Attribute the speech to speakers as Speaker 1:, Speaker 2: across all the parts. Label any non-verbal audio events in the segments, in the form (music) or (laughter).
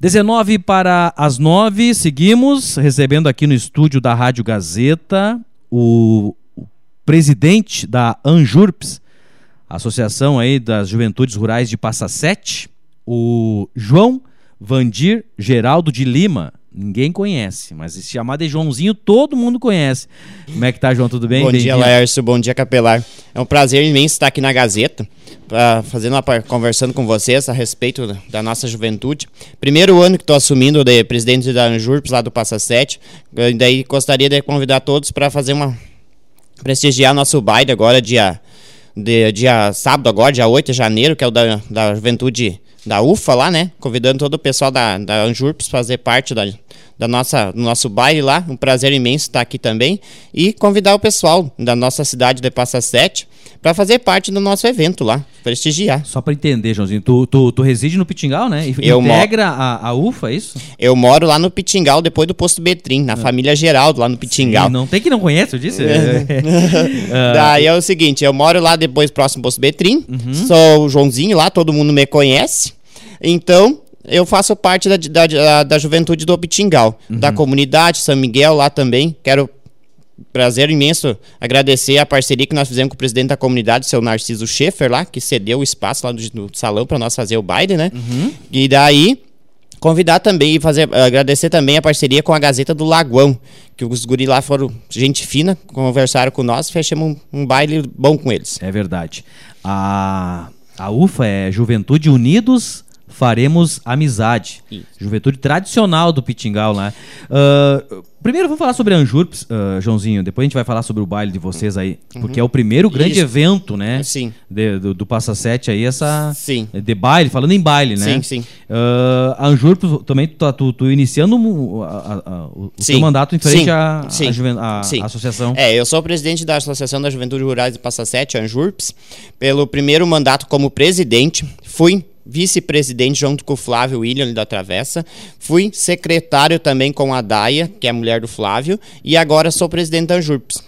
Speaker 1: 19 para as 9, seguimos recebendo aqui no estúdio da Rádio Gazeta o, o presidente da ANJURPS, Associação aí das Juventudes Rurais de Passa Sete, o João Vandir Geraldo de Lima. Ninguém conhece, mas se chamar de Joãozinho, todo mundo conhece. Como é que tá, João? Tudo bem?
Speaker 2: Bom dia,
Speaker 1: Bem-vindo.
Speaker 2: Laércio. Bom dia, Capelar. É um prazer imenso estar aqui na Gazeta, pra, fazendo uma, par- conversando com vocês a respeito da- da nossa juventude. Primeiro ano que estou assumindo de presidente da Anjurps, lá do Passa Sete. Eh, Daí gostaria de convidar todos para fazer uma. prestigiar nosso baile agora, dia, de- dia sábado, agora, dia 8 de janeiro, que é o da, da juventude da UFA lá, né? Convidando todo o pessoal da, da Anjurps fazer parte da, da nossa, do nosso baile lá. Um prazer imenso estar aqui também. E convidar o pessoal da nossa cidade de Passa Sete para fazer parte do nosso evento lá, prestigiar.
Speaker 1: Só para entender, Joãozinho, tu, tu, tu reside no Pitingal, né? E
Speaker 2: Eu mo-
Speaker 1: integra a, a UFA, é isso?
Speaker 2: Eu moro lá no Pitingal, depois do posto Betrim, na família Geraldo, lá no Pitingal. É,
Speaker 1: E
Speaker 2: né?
Speaker 1: Não tem que não conhece, eu disse. (laughs) Ah,
Speaker 2: Daí é o seguinte, eu moro lá depois próximo Posto Betrim, sou o Joãozinho lá, todo mundo me conhece. Então, eu faço parte da, da, da, da juventude do Pitingal, da comunidade São Miguel lá também. Quero prazer imenso agradecer a parceria que nós fizemos com o presidente da comunidade, seu Narciso Schaefer lá, que cedeu o espaço lá do, do salão para nós fazer o baile, né? E daí convidar também e fazer agradecer também a parceria com a Gazeta do Lagoão, que os guri lá foram gente fina, conversaram com nós, fechamos um, um baile bom com eles.
Speaker 1: É verdade. A, a UFA é Juventude Unidos Faremos Amizade.
Speaker 2: Isso.
Speaker 1: Juventude tradicional do Pitingal, né? Ah, primeiro vamos falar sobre a Anjurps, ah, Joãozinho. Depois a gente vai falar sobre o baile de vocês aí. Porque é o primeiro grande
Speaker 2: Uhum. Isso.
Speaker 1: evento, né?
Speaker 2: Sim.
Speaker 1: de- do, do Passa Sete aí, essa.
Speaker 2: Sim.
Speaker 1: De baile, falando em baile, né?
Speaker 2: Sim, sim.
Speaker 1: Ah, a Anjurps também, tu, tá- tu, tu iniciando o- a- a- a- o
Speaker 2: Sim.
Speaker 1: teu mandato em frente
Speaker 2: Sim.
Speaker 1: à à
Speaker 2: Sim.
Speaker 1: juven- à
Speaker 2: Sim.
Speaker 1: associação.
Speaker 2: É, eu sou o presidente da Associação da Juventude Rurais de Passa Sete, Anjurps. Pelo primeiro mandato como presidente, fui vice-presidente junto com o Flávio William da Travessa. Fui secretário também com a Daia, que é a mulher do Flávio. E agora sou presidente da Anjurps.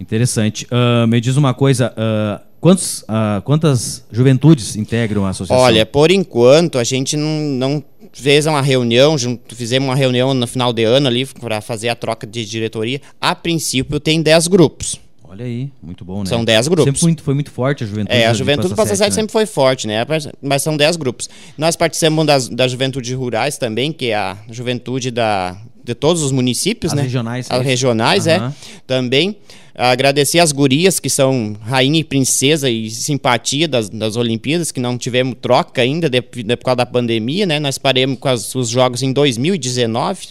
Speaker 1: Interessante. Ah, me diz uma coisa, ah, quantos, ah, quantas juventudes integram a associação?
Speaker 2: Olha, por enquanto a gente não, não fez uma reunião, jun- fizemos uma reunião no final de ano ali para fazer a troca de diretoria. A princípio tem 10 grupos.
Speaker 1: Olha aí, muito bom, né?
Speaker 2: São 10 grupos.
Speaker 1: Sempre muito- foi muito forte a juventude.
Speaker 2: É, a
Speaker 1: ali
Speaker 2: Juventude Passa Sete
Speaker 1: né?
Speaker 2: sempre foi forte, né? Mas são 10 grupos. Nós participamos das, da Juventude Rurais também, que é a juventude da, de todos os municípios,
Speaker 1: As
Speaker 2: né?
Speaker 1: regionais, é
Speaker 2: As
Speaker 1: isso?
Speaker 2: regionais,
Speaker 1: Aham.
Speaker 2: é. Também agradecer às gurias, que são rainha e princesa e simpatia das, das Olimpíadas, que não tivemos troca ainda de, de- por causa da pandemia, né? Nós paremos com as- os jogos em 2019.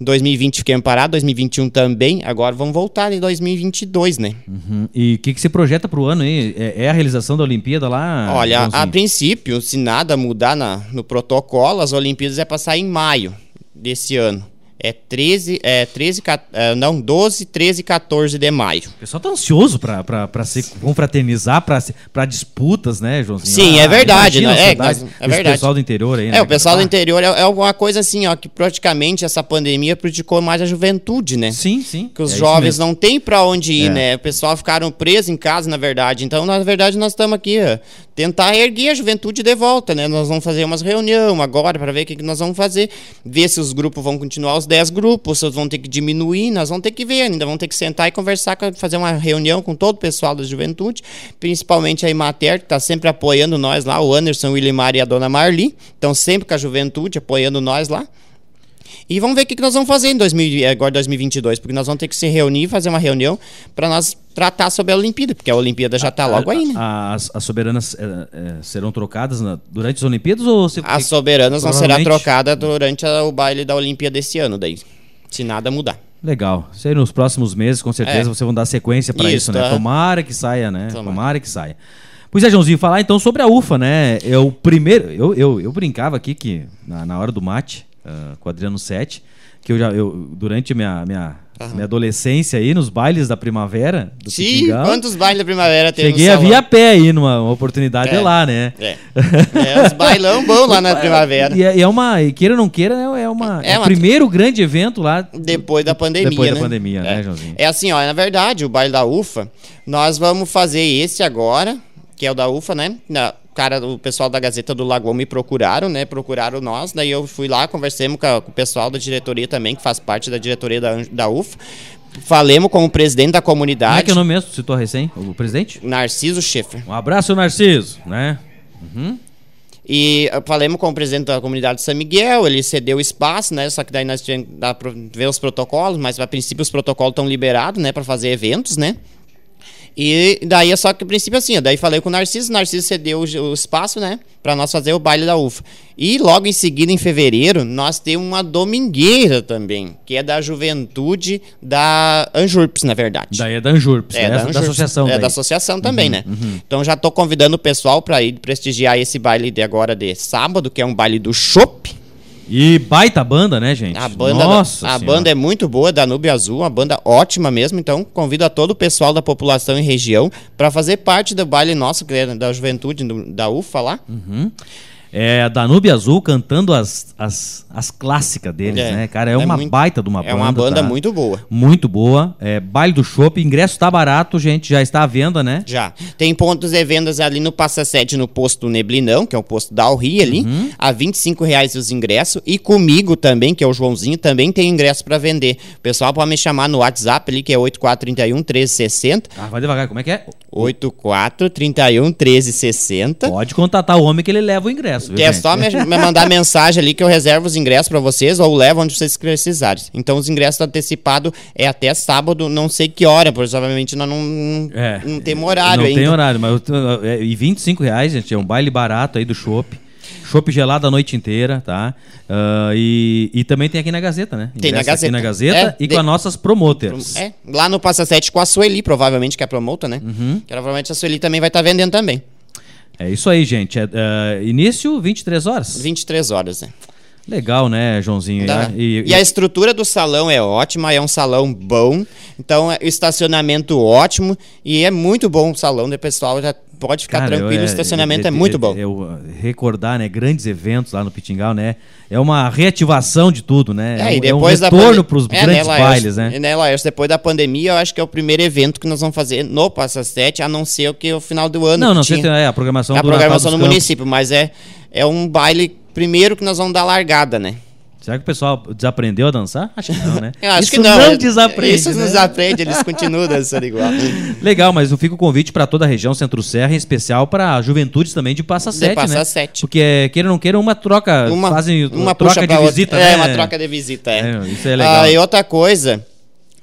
Speaker 2: 2020 fiquei parado, 2021 também. Agora vamos voltar em 2022, né?
Speaker 1: Uhum. E o que, que se projeta para o ano aí? É, é a realização da Olimpíada lá?
Speaker 2: Olha, a
Speaker 1: Joãozinho?
Speaker 2: princípio, se nada mudar na- no protocolo, as Olimpíadas é passar em maio desse ano. É 13, é 13, ca- é, não, 12, 13 e 14 de maio.
Speaker 1: O pessoal tá ansioso para se confraternizar, para disputas, né, Joãozinho?
Speaker 2: Sim, é verdade,
Speaker 1: imagina
Speaker 2: né?
Speaker 1: a
Speaker 2: É,
Speaker 1: ansiedade
Speaker 2: nós- é
Speaker 1: desse
Speaker 2: verdade.
Speaker 1: pessoal do interior aí, né?
Speaker 2: É, o pessoal do
Speaker 1: Ah,
Speaker 2: interior é, é alguma coisa assim, ó, que praticamente essa pandemia prejudicou mais a juventude, né?
Speaker 1: Sim, sim.
Speaker 2: Que os
Speaker 1: é isso
Speaker 2: jovens
Speaker 1: mesmo.
Speaker 2: não têm pra onde ir,
Speaker 1: É.
Speaker 2: né? O pessoal ficaram preso em casa, na verdade. Então, na verdade, nós estamos aqui, ó, tentar erguer a juventude de volta, né? Nós vamos fazer umas reuniões agora pra ver o que, que nós vamos fazer. Ver se os grupos vão continuar, os 10 grupos, se eles vão ter que diminuir, nós vamos ter que ver ainda. Vamos ter que sentar e conversar, com- fazer uma reunião com todo o pessoal da juventude, principalmente a Imater, que tá sempre apoiando nós lá, o Anderson, o Willimar e a Dona Marli. Estão sempre com a juventude apoiando nós lá. E vamos ver o que, que nós vamos fazer em 2000, e agora 2022, porque nós vamos ter que se reunir, fazer uma reunião para nós tratar sobre a Olimpíada, porque a Olimpíada já está logo aí, né?
Speaker 1: A- As, as soberanas é, é, serão trocadas na- durante as Olimpíadas ou se,
Speaker 2: As soberanas vão será
Speaker 1: provavelmente-
Speaker 2: trocada durante a- o baile da Olimpíada esse ano, daí, se nada mudar.
Speaker 1: Legal. Isso aí nos próximos meses, com certeza,
Speaker 2: É.
Speaker 1: vocês vão dar sequência pra isso,
Speaker 2: Isso,
Speaker 1: né?
Speaker 2: tá.
Speaker 1: Tomara que saia, né? Tomara.
Speaker 2: Tomara.
Speaker 1: que saia. Pois é, Joãozinho, falar então sobre a UFA, né? É o primeiro. Eu, eu, eu brincava aqui que na, na hora do mate, ah, com o Adriano 7, que eu já. Eu, durante minha, minha, minha adolescência aí, nos bailes da primavera, do
Speaker 2: Sim,
Speaker 1: Pitingal,
Speaker 2: quantos bailes da primavera teve
Speaker 1: cheguei
Speaker 2: no
Speaker 1: a
Speaker 2: salão?
Speaker 1: vir a pé aí numa uma oportunidade
Speaker 2: É.
Speaker 1: lá, né?
Speaker 2: É, é uns bailão bom lá na
Speaker 1: (laughs)
Speaker 2: primavera,
Speaker 1: E, é- e é uma. E queira ou não queira, é é uma.
Speaker 2: É
Speaker 1: É, o
Speaker 2: uma-
Speaker 1: primeiro grande evento lá.
Speaker 2: depois da pandemia,
Speaker 1: Depois da
Speaker 2: né?
Speaker 1: pandemia, né,
Speaker 2: É.
Speaker 1: Joãozinho?
Speaker 2: É assim, ó, na verdade, o baile da UFA, nós vamos fazer esse agora, que é o da UFA, né? Na- cara, o pessoal da Gazeta do Lagoa me procuraram, né? Procuraram nós, daí eu fui lá, conversemos com, a- com o pessoal da diretoria também, que faz parte da diretoria da, Anjo- da UFA. Falemos com o presidente da
Speaker 1: Como é que
Speaker 2: comunidade,
Speaker 1: é o nome mesmo? que tu Citou recém? O presidente?
Speaker 2: Narciso Schiffer.
Speaker 1: Um abraço, Narciso, né?
Speaker 2: E ah, falamos com o presidente da comunidade de São Miguel, ele cedeu o espaço, né? Só que daí nós tivemos que dar pro- ver os protocolos, mas a princípio os protocolos estão liberados, né? Para fazer eventos, né? E daí é só que o princípio assim, ó, daí falei com o Narciso, o Narciso cedeu o o espaço, né, Pra nós fazer o baile da UFA. E logo em seguida, em fevereiro, nós temos uma domingueira também, que é da juventude da Anjurps, na verdade.
Speaker 1: Daí é da Anjurps, né? Essa- da,
Speaker 2: Anjurps.
Speaker 1: associação. Uhum,
Speaker 2: É
Speaker 1: daí.
Speaker 2: da associação também, né? Então já tô convidando o pessoal pra ir prestigiar esse baile de agora de sábado, que é um baile do Chopp.
Speaker 1: E baita banda, né, gente?
Speaker 2: A banda,
Speaker 1: Nossa
Speaker 2: a
Speaker 1: Senhora.
Speaker 2: banda é muito boa, Danúbio Azul, uma banda ótima mesmo. Então convido a todo o pessoal da população e região pra fazer parte do baile nosso, que é da juventude do- da UFA lá.
Speaker 1: Uhum. É, Danube Azul cantando as, as, as clássicas deles,
Speaker 2: É,
Speaker 1: né, cara? É,
Speaker 2: é
Speaker 1: uma
Speaker 2: muito-
Speaker 1: baita de uma banda.
Speaker 2: é uma
Speaker 1: tá?
Speaker 2: banda muito boa.
Speaker 1: Muito boa. É, baile do Chopp, ingresso tá barato, gente, já está à venda, né?
Speaker 2: Já. Tem pontos de vendas ali no Passa Sede, no posto do Neblinão, que é o posto da Alri ali,
Speaker 1: Uhum.
Speaker 2: a R$ 25 reais os ingressos. E comigo também, que é o Joãozinho, também tem ingresso para vender. O pessoal pode me chamar no WhatsApp ali, que é 8431 1360.
Speaker 1: Ah, vai devagar, como é que é?
Speaker 2: 8431 1360.
Speaker 1: Pode contatar o homem que ele leva o ingresso, viu,
Speaker 2: Que é
Speaker 1: gente?
Speaker 2: Tá. só me, me mandar mensagem ali que eu reservo os ingressos para vocês ou levo onde vocês precisarem. Então os ingressos antecipados é até sábado, não sei que hora, provavelmente nós não, não,
Speaker 1: É.
Speaker 2: não temos horário
Speaker 1: Não
Speaker 2: ainda.
Speaker 1: tem horário, mas eu tô- é, e 25 reais, gente, é um baile barato aí do chopp. Chopp gelado a noite inteira, tá? Ah, e, e também tem aqui na Gazeta, né?
Speaker 2: Tem
Speaker 1: Ingresso
Speaker 2: na
Speaker 1: aqui
Speaker 2: Gazeta.
Speaker 1: na Gazeta
Speaker 2: É,
Speaker 1: e
Speaker 2: de-
Speaker 1: com as nossas promoters.
Speaker 2: É, lá no Passa 7 com a Sueli, provavelmente, que é a promota, né?
Speaker 1: Uhum.
Speaker 2: Que provavelmente a Sueli também vai estar vendendo também.
Speaker 1: É isso aí, gente. É, ah, início, 23 horas.
Speaker 2: 23 horas, né?
Speaker 1: Legal, né, Joãozinho?
Speaker 2: Tá.
Speaker 1: E,
Speaker 2: E,
Speaker 1: e-
Speaker 2: a estrutura do salão é ótima, é um salão bom. Então, é- o estacionamento ótimo. E é muito bom o salão, né, pessoal? Já pode ficar
Speaker 1: Cara, eu-
Speaker 2: tranquilo, o estacionamento é,
Speaker 1: eu-
Speaker 2: muito
Speaker 1: eu-
Speaker 2: bom.
Speaker 1: eu- recordar, né, grandes eventos lá no Pitingal, né? É uma reativação de tudo, né?
Speaker 2: É,
Speaker 1: um-
Speaker 2: e
Speaker 1: é um retorno para os
Speaker 2: pande- É,
Speaker 1: grandes
Speaker 2: né, Laércio?
Speaker 1: bailes, né?
Speaker 2: E, né, Laércio, depois da pandemia, eu acho que é o primeiro evento que nós vamos fazer no Passa 7, a não ser o que o final do ano.
Speaker 1: Não,
Speaker 2: que
Speaker 1: não,
Speaker 2: tinha.
Speaker 1: você tem é, a programação
Speaker 2: a
Speaker 1: do Natal
Speaker 2: programação
Speaker 1: dos
Speaker 2: do
Speaker 1: Campos.
Speaker 2: município, mas é, é um baile primeiro que nós vamos dar largada, né?
Speaker 1: Será que o pessoal desaprendeu a dançar? Acho que não, né?
Speaker 2: (laughs) Eu acho
Speaker 1: Isso
Speaker 2: que não.
Speaker 1: desaprende.
Speaker 2: Isso
Speaker 1: né?
Speaker 2: não desaprende, eles continuam
Speaker 1: (laughs)
Speaker 2: dançando igual.
Speaker 1: Legal, mas eu fico o convite para toda a região Centro-Serra, em especial para a juventude também de Passa
Speaker 2: De
Speaker 1: Sete,
Speaker 2: Passa
Speaker 1: né?
Speaker 2: Sete.
Speaker 1: Porque, é, queira ou não queira, uma troca,
Speaker 2: Uma,
Speaker 1: fazem
Speaker 2: uma puxa
Speaker 1: troca de
Speaker 2: pra outra.
Speaker 1: visita,
Speaker 2: É,
Speaker 1: né?
Speaker 2: uma troca de visita, é.
Speaker 1: É, isso é legal.
Speaker 2: Ah, e outra coisa,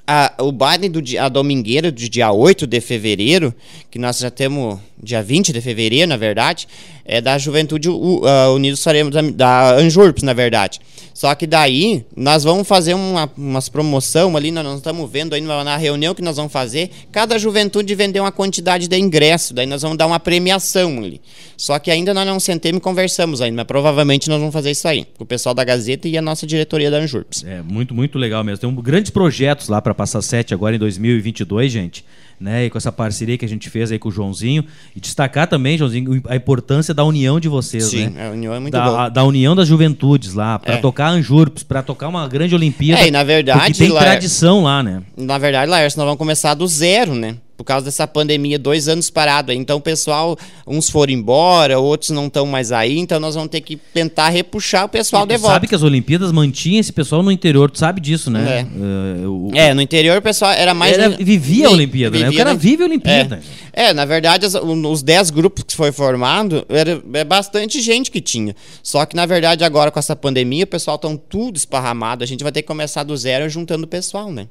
Speaker 2: a- o baile do dia, a domingueira de dia 8 de fevereiro, que nós já temos dia 20 de fevereiro, na verdade, é da Juventude U- ah, Unidos Faremos, da, da Anjurps, na verdade. Só que daí, nós vamos fazer uma, umas promoção ali, nós não estamos vendo ainda, mas na reunião que nós vamos fazer, cada juventude vender uma quantidade de ingresso, daí nós vamos dar uma premiação ali. Só que ainda nós não sentemos e conversamos ainda, mas provavelmente nós vamos fazer isso aí, com o pessoal da Gazeta e a nossa diretoria da Anjurps.
Speaker 1: É muito, muito legal mesmo. Tem um, grandes projetos lá para Passa Sete agora em 2022, gente. Né? E com essa parceria que a gente fez aí com o Joãozinho. E destacar também, Joãozinho, a importância da união de vocês,
Speaker 2: Sim,
Speaker 1: né?
Speaker 2: a união é muito
Speaker 1: da,
Speaker 2: boa.
Speaker 1: a- da União das Juventudes lá, pra
Speaker 2: É.
Speaker 1: tocar Anjurps, pra tocar uma grande Olimpíada.
Speaker 2: É, e na verdade,
Speaker 1: porque tem
Speaker 2: lá-
Speaker 1: tradição lá, né?
Speaker 2: Na verdade, Laércio, nós vamos começar do zero, né? Por causa dessa pandemia, dois anos parado. aí. Então, o pessoal, uns foram embora, outros não estão mais aí. Então, nós vamos ter que tentar repuxar o pessoal
Speaker 1: Tu
Speaker 2: de volta.
Speaker 1: sabe que as Olimpíadas mantinham esse pessoal no interior, tu sabe disso, né?
Speaker 2: É.
Speaker 1: Eh, o-
Speaker 2: É, no interior o pessoal era mais.
Speaker 1: Era- vivia a
Speaker 2: Vi-
Speaker 1: Olimpíada, né? O
Speaker 2: vivia
Speaker 1: cara
Speaker 2: na-
Speaker 1: vive a Olimpíada.
Speaker 2: É, É, na verdade, as- um- os 10 grupos que foi formado, era é bastante gente que tinha. Só que, na verdade, agora com essa pandemia, o pessoal tá tudo esparramado. A gente vai ter que começar do zero juntando o pessoal, né?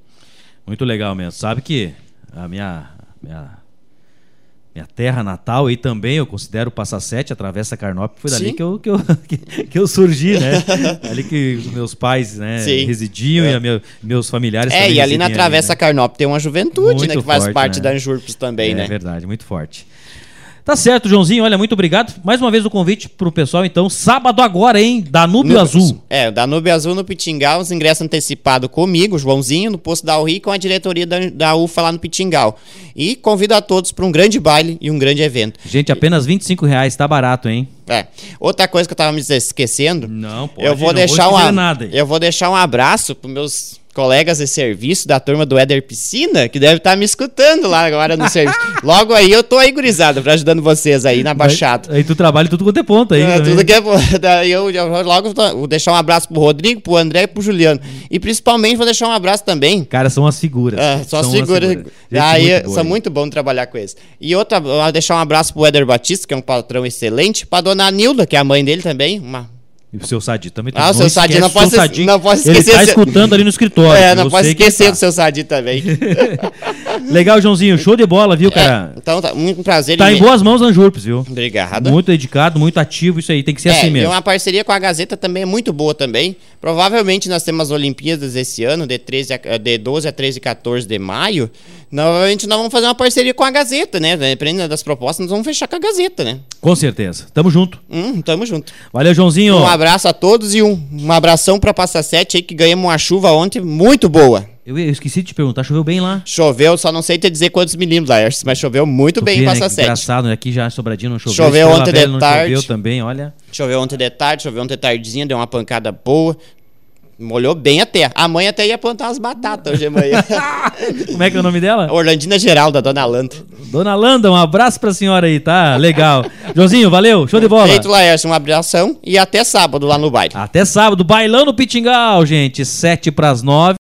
Speaker 1: Muito legal mesmo. Sabe que a minha, minha, minha terra natal e também eu considero Passa Sete, a Travessa Carnop, foi dali
Speaker 2: Sim.
Speaker 1: que eu, que, eu, (laughs) que, que eu surgi, né?
Speaker 2: (laughs)
Speaker 1: ali que os meus pais né,
Speaker 2: Sim.
Speaker 1: residiam
Speaker 2: É.
Speaker 1: e a meu- meus familiares
Speaker 2: É,
Speaker 1: também
Speaker 2: e ali na
Speaker 1: residiam
Speaker 2: Travessa
Speaker 1: né?
Speaker 2: Carnop tem uma juventude, né?
Speaker 1: Muito
Speaker 2: Que faz
Speaker 1: forte,
Speaker 2: parte
Speaker 1: né?
Speaker 2: da Anjurpes também,
Speaker 1: É
Speaker 2: né?
Speaker 1: verdade, muito forte. Tá certo, Joãozinho. Olha, muito obrigado. Mais uma vez o convite pro pessoal, então. Sábado agora, hein? Danúbio Azul.
Speaker 2: É, da Nube Azul no Pitingal, os ingressos antecipados comigo, Joãozinho, no posto da Uri com a diretoria da, da UFA lá no Pitingal. E convido a todos para um grande baile e um grande evento.
Speaker 1: Gente, apenas 25 reais, tá barato, hein?
Speaker 2: É. Outra coisa que eu tava me esquecendo,
Speaker 1: Não, pode,
Speaker 2: eu vou
Speaker 1: não
Speaker 2: deixar
Speaker 1: vou dizer
Speaker 2: um
Speaker 1: nada, hein?
Speaker 2: eu vou deixar um abraço pros meus colegas de serviço da turma do Éder Piscina, que deve estar me escutando lá agora
Speaker 1: (laughs)
Speaker 2: no serviço. Logo aí eu tô aí, gurizada, pra ajudando vocês aí na Baixada.
Speaker 1: Aí tu trabalha tudo quanto é ponta aí.
Speaker 2: Ah,
Speaker 1: também.
Speaker 2: tudo que é bom. (laughs) Daí eu, eu logo vou deixar um abraço pro Rodrigo, pro André e pro Juliano. E principalmente vou deixar um abraço também.
Speaker 1: Cara, são as figuras.
Speaker 2: ah, só
Speaker 1: É, São
Speaker 2: as
Speaker 1: as
Speaker 2: figuras.
Speaker 1: Gente
Speaker 2: Daí
Speaker 1: muito boa,
Speaker 2: são
Speaker 1: hein?
Speaker 2: muito bom trabalhar com eles. E outra, vou deixar um abraço pro Éder Batista, que é um patrão excelente, pra dona Nilda, que é a mãe dele também. Uma...
Speaker 1: E o seu Sadi também. tu
Speaker 2: Ah, o seu Sadi,
Speaker 1: esquece
Speaker 2: não
Speaker 1: o
Speaker 2: posso
Speaker 1: seu
Speaker 2: es-
Speaker 1: Sadi.
Speaker 2: não posso esquecer
Speaker 1: Ele tá
Speaker 2: esse-
Speaker 1: escutando ali no escritório.
Speaker 2: é, não
Speaker 1: eu
Speaker 2: posso
Speaker 1: sei que
Speaker 2: esquecer
Speaker 1: tá.
Speaker 2: do seu
Speaker 1: (laughs)
Speaker 2: Sadi também.
Speaker 1: Legal, Joãozinho. Show de bola, viu, cara?
Speaker 2: Então, tá, um prazer.
Speaker 1: Tá em
Speaker 2: imen-
Speaker 1: boas mãos, Anjurpes, viu?
Speaker 2: Obrigado.
Speaker 1: Muito dedicado, muito ativo, isso aí. Tem que ser
Speaker 2: É,
Speaker 1: assim
Speaker 2: e
Speaker 1: mesmo.
Speaker 2: uma parceria com a Gazeta também é muito boa também. Provavelmente nós temos as Olimpíadas esse ano, de, 13 a- de 12 a 13 e 14 de maio. Novamente nós vamos fazer uma parceria com a Gazeta, né? Dependendo das propostas, nós vamos fechar com a Gazeta, né?
Speaker 1: Com certeza. Tamo junto.
Speaker 2: Hum, tamo junto.
Speaker 1: Valeu, Joãozinho.
Speaker 2: Um abraço a todos e um, um abração pra Passa Sete aí que ganhamos uma chuva ontem muito boa.
Speaker 1: Eu, eu esqueci de te perguntar, choveu bem lá?
Speaker 2: Choveu, só não sei te dizer quantos milímetros, Laércio, mas choveu muito bem em
Speaker 1: Vê, né,
Speaker 2: Passa
Speaker 1: que
Speaker 2: Sete.
Speaker 1: Engraçado, né? aqui já em Sobradinho não choveu.
Speaker 2: Choveu
Speaker 1: Estrela
Speaker 2: ontem de
Speaker 1: Velha não
Speaker 2: tarde.
Speaker 1: Choveu também, olha. (laughs)
Speaker 2: Choveu ontem de tarde, choveu ontem de tardinha, deu uma pancada boa. Molhou bem a terra. A mãe até ia plantar umas batatas hoje de manhã.
Speaker 1: Como é que é o nome dela?
Speaker 2: A Orlandina Geralda, dona Lanta.
Speaker 1: Dona Landa, um abraço pra senhora aí, tá? Legal. Joãozinho, valeu, show de bola.
Speaker 2: Feito, Laércio, um abração e até sábado lá no baile.
Speaker 1: Até sábado, bailão no Pitingal, gente. Sete pras nove.